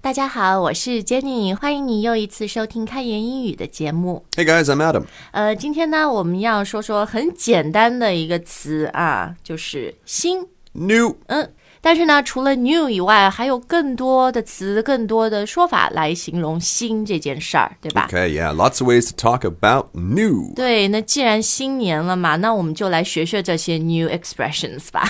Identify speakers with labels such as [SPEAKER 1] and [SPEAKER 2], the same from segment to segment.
[SPEAKER 1] 大家好，我是 Jenny，欢迎你又一次收听《开言英语》的节目。
[SPEAKER 2] Hey guys, I'm Adam.
[SPEAKER 1] 呃，今天呢，我们要说说很简单的一个词啊，就是新。
[SPEAKER 2] New.
[SPEAKER 1] 嗯，但是呢，除了 new 以外，还有更多的词、更多的说法来形容新这件事儿，对吧
[SPEAKER 2] Okay, yeah, lots of ways to talk about new.
[SPEAKER 1] 对，那既然新年了嘛，那我们就来学学这些 new expressions 吧。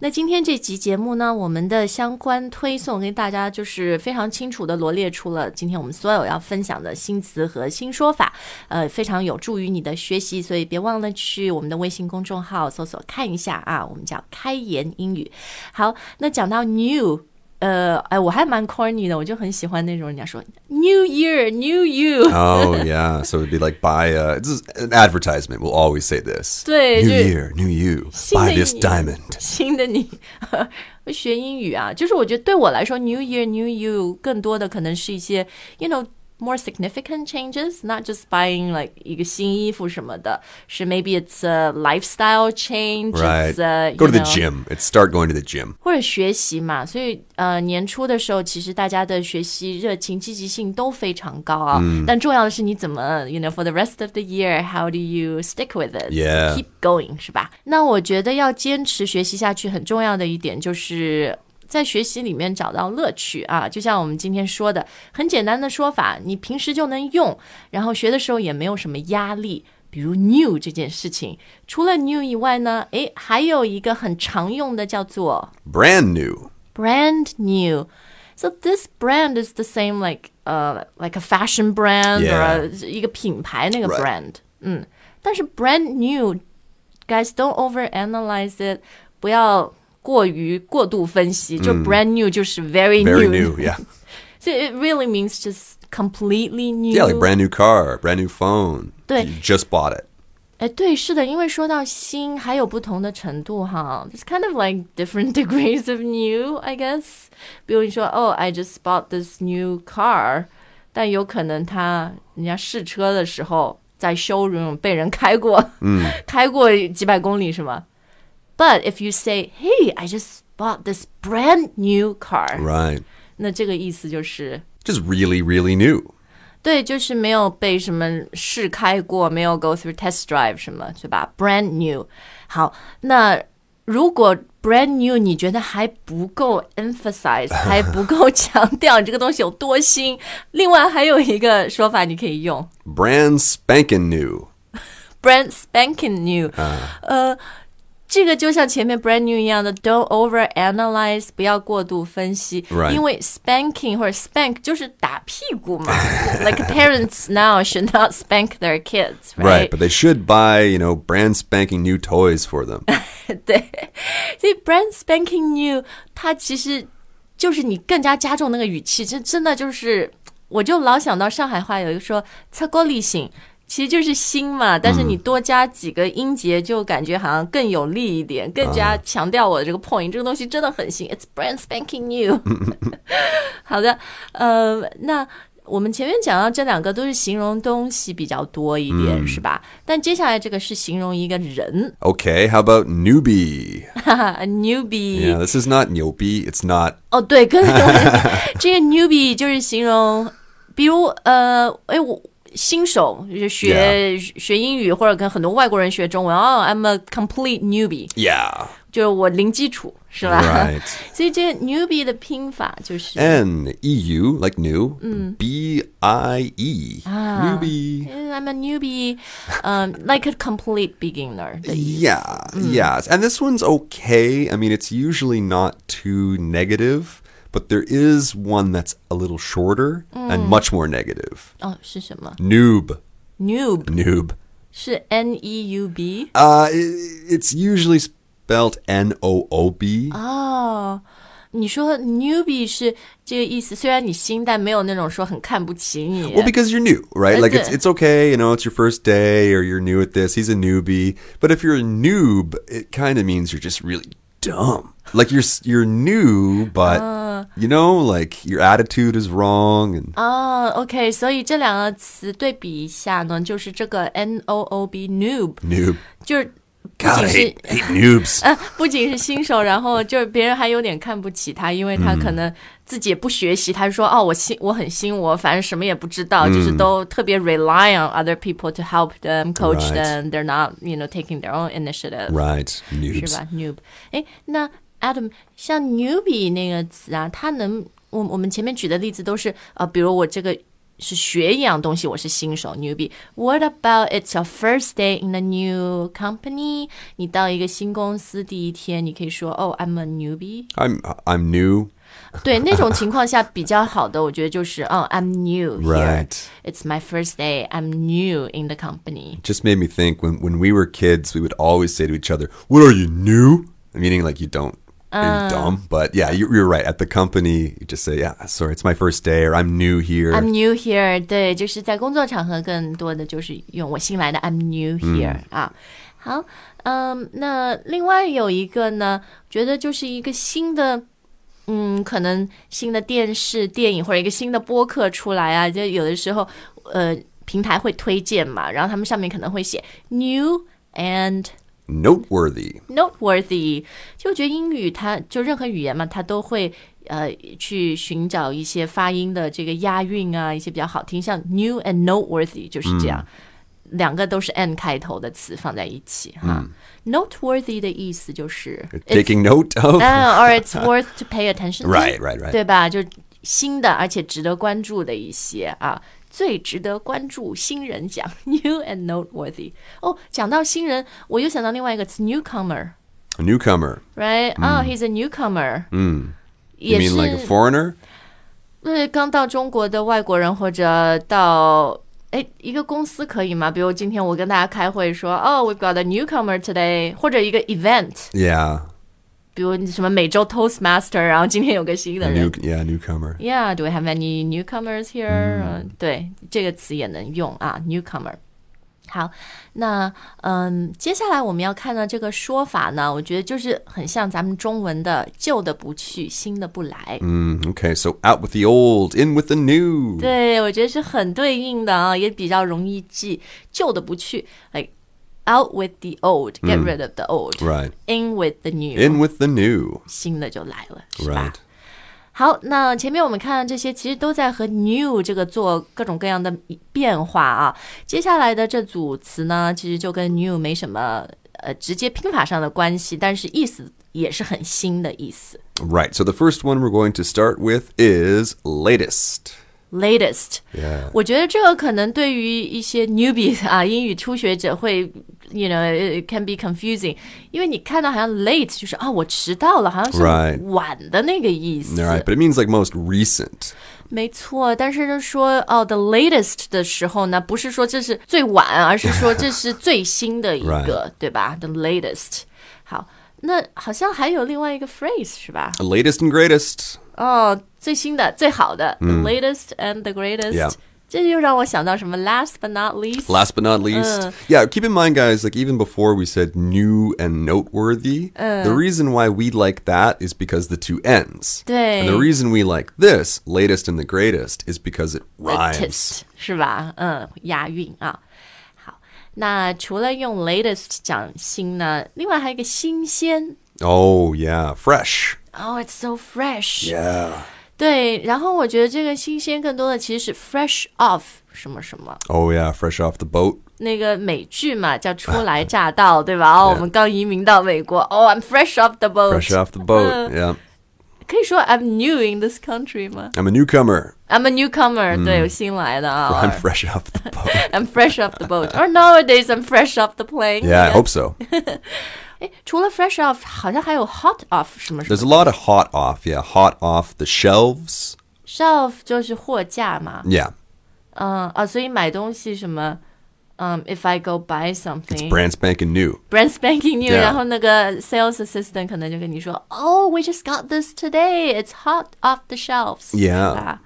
[SPEAKER 1] 那今天这集节目呢，我们的相关推送跟大家就是非常清楚的罗列出了今天我们所有要分享的新词和新说法，呃，非常有助于你的学习，所以别忘了去我们的微信公众号搜索看一下啊，我们叫开言英语。好，那讲到 new。呃，哎，我还蛮 corny 的，我就很喜欢那种人家说 New Year, New You。
[SPEAKER 2] Oh, yeah. So it'd be like buy uh, this is an advertisement. We'll always say this.
[SPEAKER 1] 对，
[SPEAKER 2] new
[SPEAKER 1] 就是
[SPEAKER 2] year, new you. Buy this
[SPEAKER 1] 新的一年。
[SPEAKER 2] diamond.
[SPEAKER 1] 新的你 学英语啊，就是我觉得对我来说，New Year New You 更多的可能是一些，you know。More significant changes, not just buying like 一个新衣服什么的，是 maybe it's a lifestyle change,
[SPEAKER 2] Right.
[SPEAKER 1] it's a,
[SPEAKER 2] Go to
[SPEAKER 1] uh, you know,
[SPEAKER 2] the gym. It's start going to the gym.
[SPEAKER 1] 或者学习嘛，所以呃，年初的时候，其实大家的学习热情、积极性都非常高啊。但重要的是你怎么，you know, for the rest of the year, how do you stick with it,
[SPEAKER 2] Yeah.
[SPEAKER 1] keep going，是吧？那我觉得要坚持学习下去，很重要的一点就是。在学习里面找到乐趣啊，就像我们今天说的，很简单的说法，你平时就能用，然后学的时候也没有什么压力。比如 new 这件事情，除了 new 以外呢，诶，还有一个很常用的叫做
[SPEAKER 2] Brand new.
[SPEAKER 1] brand new. So this brand is the same like uh like a fashion brand or a, 一个品牌那个
[SPEAKER 2] Right.
[SPEAKER 1] brand. 嗯，但是 brand new, guys don't overanalyze it. 不要过于过度分析，就 brand new 就是 very
[SPEAKER 2] Very
[SPEAKER 1] new.
[SPEAKER 2] new, yeah.
[SPEAKER 1] So it really means just completely new.
[SPEAKER 2] Yeah, like brand new car, brand new phone.
[SPEAKER 1] 对。
[SPEAKER 2] You just bought it.
[SPEAKER 1] 哎，对，是的，因为说到新，还有不同的程度哈。It's kind of like different degrees of new, I guess. 比如你说，Oh, I just bought this new car，但有可能他人家试车的时候在 showroom 被人开过，嗯， 开过几百公里是吗？But if you say, Hey, I just bought this brand new car，
[SPEAKER 2] Right.
[SPEAKER 1] 那这个意思就是。
[SPEAKER 2] Just really, really new.
[SPEAKER 1] 对，就是没有被什么试开过，没有 go through test drive 什么，对吧？Brand new。好，那如果 brand new 你觉得还不够 emphasize，还不够强调你这个东西有多新，另外还有一个说法你可以用
[SPEAKER 2] Brand spanking new.
[SPEAKER 1] brand spanking new。呃，这个就像前面 brand new 一样的，don't over analyze，不要过度分析
[SPEAKER 2] Right
[SPEAKER 1] 因为 spanking 或者 spank 就是打屁股 嘛，like parents now should not spank their kids，
[SPEAKER 2] Right, but they should buy, you know, brand spanking new toys for them.
[SPEAKER 1] 对，所以 brand spanking new，它其实就是你更加加重那个语气，这真的就是，我就老想到上海话有一个说“擦锅立新”，其实就是新嘛，但是你多加几个音节，就感觉好像更有力一点，更加强调我的这个 point，、这个东西真的很新，it's brand spanking new。好的，呃，那我们前面讲到这两个都是形容东西比较多一点，是吧？但接下来这个是形容一个人
[SPEAKER 2] Okay, how about newbie?
[SPEAKER 1] ，a newbie。
[SPEAKER 2] Yeah, this is not newbie. E, It's not
[SPEAKER 1] 哦，对，跟这个 newbie 就是形容，比如呃，哎，我新手就是学学英语，或者跟很多外国人学中文。哦、i m a complete newbie，
[SPEAKER 2] yeah,
[SPEAKER 1] 就是我零基础，是吧
[SPEAKER 2] right.
[SPEAKER 1] 所以这个 newbie 的拼法就是。
[SPEAKER 2] N E U like new. B I E newbie.
[SPEAKER 1] "Eh, I'm a newbie, um, like a complete beginner 的意思。
[SPEAKER 2] Yeah, Mm. yes. And this one's okay. I mean, it's usually not too negative, but there is one that's a little shorter and much more negative.
[SPEAKER 1] 哦，是什么
[SPEAKER 2] Noob,
[SPEAKER 1] ？Noob
[SPEAKER 2] noob.
[SPEAKER 1] 是 N E U B。
[SPEAKER 2] Uh, i it's usually spelt N O O B.
[SPEAKER 1] 哦，你说 newbie 是这个意思，虽然你新，但没有那种说很看不起你。
[SPEAKER 2] Well, because you're new, right? Like it's
[SPEAKER 1] Okay.
[SPEAKER 2] it's okay, you know, it's your first day, or you're new at this. He's a newbie, but if you're a noob, it kind of means you're just really dumb. Like you're s- you're new, but you know, like your attitude is wrong, and
[SPEAKER 1] 哦、o k 所以这两个词对比一下呢，就是这个 n o o b noob，
[SPEAKER 2] noob,
[SPEAKER 1] 就是不
[SPEAKER 2] God, I
[SPEAKER 1] 仅是
[SPEAKER 2] hate, hate noobs.
[SPEAKER 1] 呃，不仅是新手，然后就是别人还有点看不起他，因为他可能自己也不学习，他就说哦，我新我很新，我反正什么也不知道，就是都特别 rely on other people to help them, coach
[SPEAKER 2] Right.
[SPEAKER 1] them. They're not, you know, taking their own initiative.
[SPEAKER 2] right,
[SPEAKER 1] 是
[SPEAKER 2] noobs.
[SPEAKER 1] 吧？Noob，哎，那 Adam，像 newbie 那个词啊，它能，我我们前面举的例子都是呃，比如我这个是学一样东西，我是新手 newbie。What about it's your first day in a new company？你到一个新公司第一天，你可以说哦、i m a newbie。
[SPEAKER 2] I'm I'm new.
[SPEAKER 1] 对，那种情况下比较好的，我觉得就是哦、i m new here。
[SPEAKER 2] Right.
[SPEAKER 1] It's my first day. I'm new in the company.
[SPEAKER 2] Just made me think when when we were kids, we would always say to each other, "What are you new?" Meaning like you don't. Are you dumb? But yeah, you- you're right. At the company, you just say, "Yeah, sorry, it's my first day," or "I'm new here."
[SPEAKER 1] I'm new here，对，就是在工作场合更多的就是用我新来的 I'm new here、啊。好，嗯，那另外有一个呢，觉得就是一个新的，嗯，可能新的电视、电影或者一个新的播客出来啊，就有的时候，呃，平台会推荐嘛，然后他们上面可能会写 new and
[SPEAKER 2] Noteworthy.
[SPEAKER 1] noteworthy，就我觉得英语它就任何语言嘛，它都会呃去寻找一些发音的这个押韵啊，一些比较好听，像 new and noteworthy 就是这样，
[SPEAKER 2] 嗯
[SPEAKER 1] 两个都是 n 开头的词放在一起哈。noteworthy 的意思就是 it's- Uh,
[SPEAKER 2] Taking note of.
[SPEAKER 1] 啊 or it's worth to pay attention to，
[SPEAKER 2] Right, right, right.
[SPEAKER 1] 对吧？就新的而且值得关注的一些啊，最值得关注新人奖 new and noteworthy。哦，讲到新人，我又想到另外一个词 newcomer。
[SPEAKER 2] A newcomer.
[SPEAKER 1] right? Oh, he's a newcomer. 嗯，
[SPEAKER 2] 嗯
[SPEAKER 1] 也
[SPEAKER 2] You mean
[SPEAKER 1] 是
[SPEAKER 2] like a foreigner?
[SPEAKER 1] 对刚到中国的外国人或者到。哎，一个公司可以吗？比如今天我跟大家开会说，哦、w e v e got a newcomer today，或者一个 event，
[SPEAKER 2] Yeah.
[SPEAKER 1] 比如什么每周 Toastmaster，然后今天有个新的
[SPEAKER 2] A
[SPEAKER 1] 人
[SPEAKER 2] new, yeah, newcomer.
[SPEAKER 1] Yeah, do we have any newcomers here？、嗯、
[SPEAKER 2] Hmm.
[SPEAKER 1] 对，这个词也能用啊，newcomer。好，那嗯，接下来我们要看到这个说法呢，我觉得就是很像咱们中文的“旧的不去，新的不来”
[SPEAKER 2] Mm, okay, so out with the old, in with the new.
[SPEAKER 1] 对，我觉得是很对应的啊，也比较容易记，旧的不去，like out with the old, get rid of the old,、
[SPEAKER 2] Hmm. Right.
[SPEAKER 1] in with the new，
[SPEAKER 2] In with the new.
[SPEAKER 1] 新的就来了，是吧
[SPEAKER 2] Right.
[SPEAKER 1] 好，那前面我们看到这些，其实都在和 new 这个做各种各样的变化啊。接下来的这组词呢，其实就跟 new 没什么呃直接拼法上的关系，但是意思也是很新的意思。
[SPEAKER 2] Right. So the first one we're going to start with is latest.
[SPEAKER 1] Latest，、
[SPEAKER 2] Yeah.
[SPEAKER 1] 我觉得这个可能对于一些 newbie 啊，英语初学者会，you know，it can be confusing，因为你看到好像 late 就是啊，我迟到了，好像是
[SPEAKER 2] Right
[SPEAKER 1] 晚的那个意思。
[SPEAKER 2] All right, but it means like most recent.
[SPEAKER 1] 没错，但是说哦，the latest 的时候呢，不是说这是最晚，而是说这是最新的一个对吧？the latest。好，那好像还有另外一个 phrase 是吧？
[SPEAKER 2] The latest and greatest.
[SPEAKER 1] 哦，最新的、最好的、the latest and the greatest。
[SPEAKER 2] 嗯 Yeah
[SPEAKER 1] 这就让我想到什么？last but not least。
[SPEAKER 2] Last but not least.
[SPEAKER 1] Uh.
[SPEAKER 2] Yeah, keep in mind, guys, like even before we said new and noteworthy,
[SPEAKER 1] Uh.
[SPEAKER 2] the reason why we like that is because the two ends. And the
[SPEAKER 1] 对。
[SPEAKER 2] reason we like this, latest and the greatest, is because it rhymes.
[SPEAKER 1] latest 是吧？嗯，押韵啊。好，那除了用 latest 讲新呢，另外还有一个新鲜。
[SPEAKER 2] Oh, yeah. Fresh.
[SPEAKER 1] Oh, it's so fresh.
[SPEAKER 2] Yeah.
[SPEAKER 1] 对，然后我觉得这个新鲜更多的其实是 fresh off 什么什么
[SPEAKER 2] Oh, yeah. Fresh off the boat.
[SPEAKER 1] 那个美剧嘛，叫《初来乍到》，对吧？哦，我们刚移民到美国，哦、i m fresh off the boat，
[SPEAKER 2] Fresh
[SPEAKER 1] Uh-huh.
[SPEAKER 2] off the boat. Yeah.
[SPEAKER 1] 可以说 I'm new in this country 吗
[SPEAKER 2] I'm a newcomer.
[SPEAKER 1] ？I'm a newcomer，、对，我
[SPEAKER 2] 嗯
[SPEAKER 1] 新来的
[SPEAKER 2] I'm
[SPEAKER 1] 啊。
[SPEAKER 2] fresh off the boat.
[SPEAKER 1] I'm fresh off the boat, or nowadays I'm fresh off the plane.
[SPEAKER 2] Yeah, I hope so.
[SPEAKER 1] 哎，除了 fresh off，好像还有 hot off 什么什
[SPEAKER 2] There's a
[SPEAKER 1] 么
[SPEAKER 2] lot of hot off. Yeah. Hot off the shelves.
[SPEAKER 1] shelf 就是货架嘛。
[SPEAKER 2] Yeah.
[SPEAKER 1] 嗯啊，所以买东西什么，嗯、i f I go buy something，
[SPEAKER 2] Brand spanking new.
[SPEAKER 1] brand spanking new，、
[SPEAKER 2] Yeah.
[SPEAKER 1] 然后那个 sales assistant 可能就跟你说，Oh, we just got this today. It's hot off the shelves. 对
[SPEAKER 2] Yeah.
[SPEAKER 1] 吧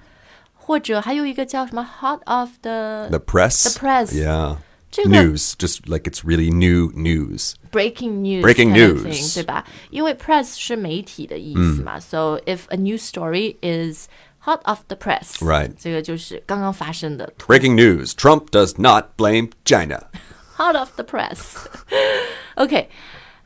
[SPEAKER 1] 或者还有一个叫什么 hot off the,
[SPEAKER 2] The press.
[SPEAKER 1] The press.
[SPEAKER 2] Yeah.
[SPEAKER 1] 这个
[SPEAKER 2] News. Just like it's really new news.
[SPEAKER 1] breaking news
[SPEAKER 2] Breaking
[SPEAKER 1] kind of thing，
[SPEAKER 2] news
[SPEAKER 1] 对吧？因为 press 是媒体的意思嘛、s o if a news story is hot off the press，、
[SPEAKER 2] Right.
[SPEAKER 1] 这个就是刚刚发生的。突
[SPEAKER 2] Breaking news Trump does not blame China.
[SPEAKER 1] hot off the press。OK，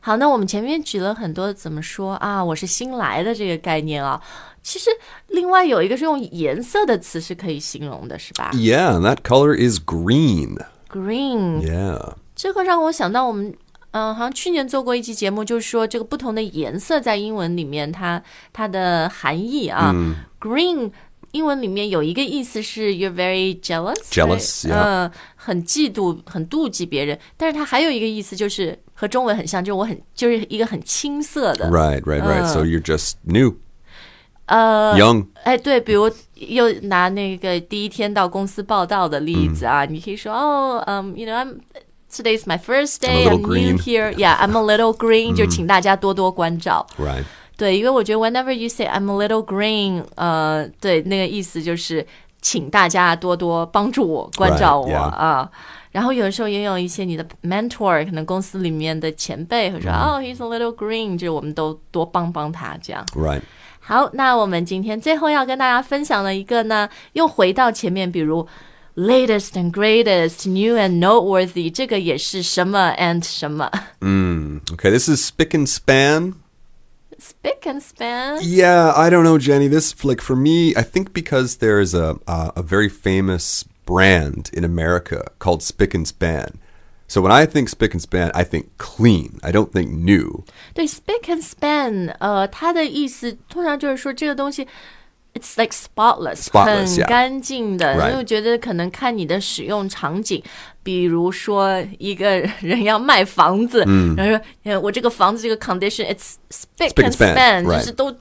[SPEAKER 1] 好，那我们前面举了很多怎么说啊，我是新来的这个概念啊。其实另外有一个是用颜色的词是可以形容的，是吧
[SPEAKER 2] Yeah, and that color is green.
[SPEAKER 1] ？Green，
[SPEAKER 2] Yeah.
[SPEAKER 1] 这个让我想到我们。嗯，好像去年做过一期节目，就是说这个不同的颜色在英文里面它它的含义啊。Green 英文里面有一个意思是 you're very jealous，
[SPEAKER 2] Jealous，
[SPEAKER 1] right？
[SPEAKER 2] yeah
[SPEAKER 1] 呃，很嫉妒、很妒忌别人。但是它还有一个意思就是和中文很像，就是我很就是一个很青涩的。
[SPEAKER 2] Right, right, right. so you're just new,
[SPEAKER 1] 呃，
[SPEAKER 2] young.
[SPEAKER 1] 哎，对，比如又拿那个第一天到公司报道的例子啊，你可以说哦，嗯、y o u know I'm。Today's my first day.
[SPEAKER 2] I'm a
[SPEAKER 1] I'm,
[SPEAKER 2] little
[SPEAKER 1] new
[SPEAKER 2] green. 嗯
[SPEAKER 1] here. Yeah, I'm a little green. 就请大家多多关照。
[SPEAKER 2] Right.
[SPEAKER 1] 对，因为我觉得 whenever you say I'm a little green，呃，对，那个意思就是请大家多多帮助我、关照我
[SPEAKER 2] Right, yeah.
[SPEAKER 1] 啊。然后有的时候也有一些你的 mentor，可能公司里面的前辈会说，
[SPEAKER 2] 嗯
[SPEAKER 1] 哦、h e s a little green，就是我们都多帮帮他这样。
[SPEAKER 2] Right.
[SPEAKER 1] 好，那我们今天最后要跟大家分享的一个呢，又回到前面，比如 latest and greatest, new and noteworthy，这个也是什么 and 什么
[SPEAKER 2] Hmm, Okay, this is spick and span.
[SPEAKER 1] spick and span。
[SPEAKER 2] Yeah, I don't know, Jenny. This like for me, I think because there is a uh, a very famous brand in America called Spick and Span. So when I think Spick and Span, I think clean. I don't think new.
[SPEAKER 1] 对，spick and span，呃，它的意思通常就是说这个东西。It's like spotless，, 很
[SPEAKER 2] Spotless, yeah.
[SPEAKER 1] 干净的。
[SPEAKER 2] Right.
[SPEAKER 1] 因为我觉得可能看你的使用场景，比如说一个人要卖房子，然后说呃我这个房子这个 condition，it's spick
[SPEAKER 2] 嗯 Spick
[SPEAKER 1] and
[SPEAKER 2] and span,
[SPEAKER 1] span，就
[SPEAKER 2] right.
[SPEAKER 1] 是都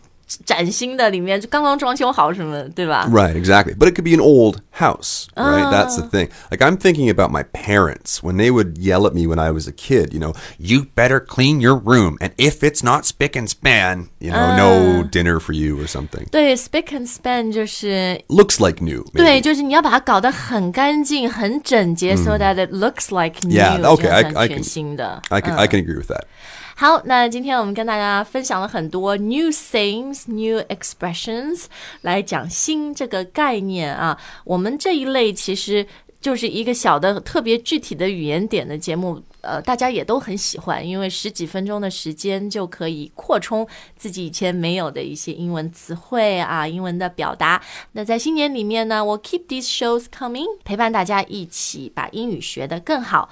[SPEAKER 1] 崭新的，里面就刚刚装修好什么的，对吧？
[SPEAKER 2] Right, exactly. But it could be an old house, right? That's the thing. Like I'm thinking about my parents when they would yell at me when I was a kid, you know, you better clean your room and if it's not spick and span, you know, no dinner for you or something.
[SPEAKER 1] 对，spick and span 就是。
[SPEAKER 2] Looks like new.
[SPEAKER 1] 对，
[SPEAKER 2] Maybe.
[SPEAKER 1] 就是你要把它搞得很干净、很整洁、s o that it looks like new，
[SPEAKER 2] Yeah,
[SPEAKER 1] 就是
[SPEAKER 2] okay, Mm I-
[SPEAKER 1] 很
[SPEAKER 2] I
[SPEAKER 1] 全
[SPEAKER 2] can-
[SPEAKER 1] 新的。
[SPEAKER 2] I can I can agree with that.
[SPEAKER 1] 好，那今天我们跟大家分享了很多 new sayings、new expressions 来讲“新”这个概念啊。我们这一类其实就是一个小的、特别具体的语言点的节目，呃，大家也都很喜欢，因为十几分钟的时间就可以扩充自己以前没有的一些英文词汇啊、英文的表达。那在新年里面呢，我 keep these shows coming，陪伴大家一起把英语学得更好。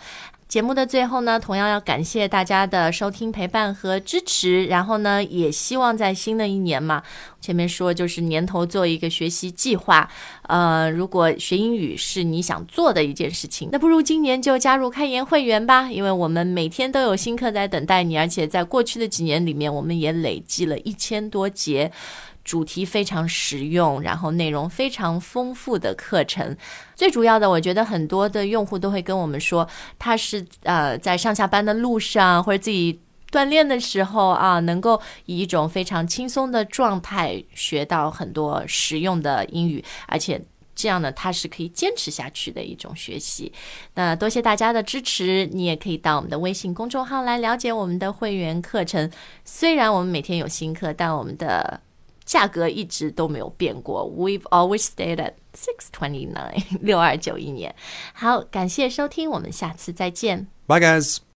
[SPEAKER 1] 节目的最后呢，同样要感谢大家的收听、陪伴和支持。然后呢，也希望在新的一年嘛，前面说就是年头做一个学习计划。呃，如果学英语是你想做的一件事情，那不如今年就加入开言会员吧，因为我们每天都有新课在等待你，而且在过去的几年里面，我们也累积了一千多节。主题非常实用，然后内容非常丰富的课程。最主要的，我觉得很多的用户都会跟我们说，他是呃在上下班的路上或者自己。锻炼的时候啊，能够以一种非常轻松的状态学到很多实用的英语，而且这样呢，它是可以坚持下去的一种学习。那多谢大家的支持，你也可以到我们的微信公众号来了解我们的会员课程。虽然我们每天有新课，但我们的价格一直都没有变过。We've always stayed at six twenty nine 六二九一年。好，感谢收听，我们下次再见。
[SPEAKER 2] Bye guys.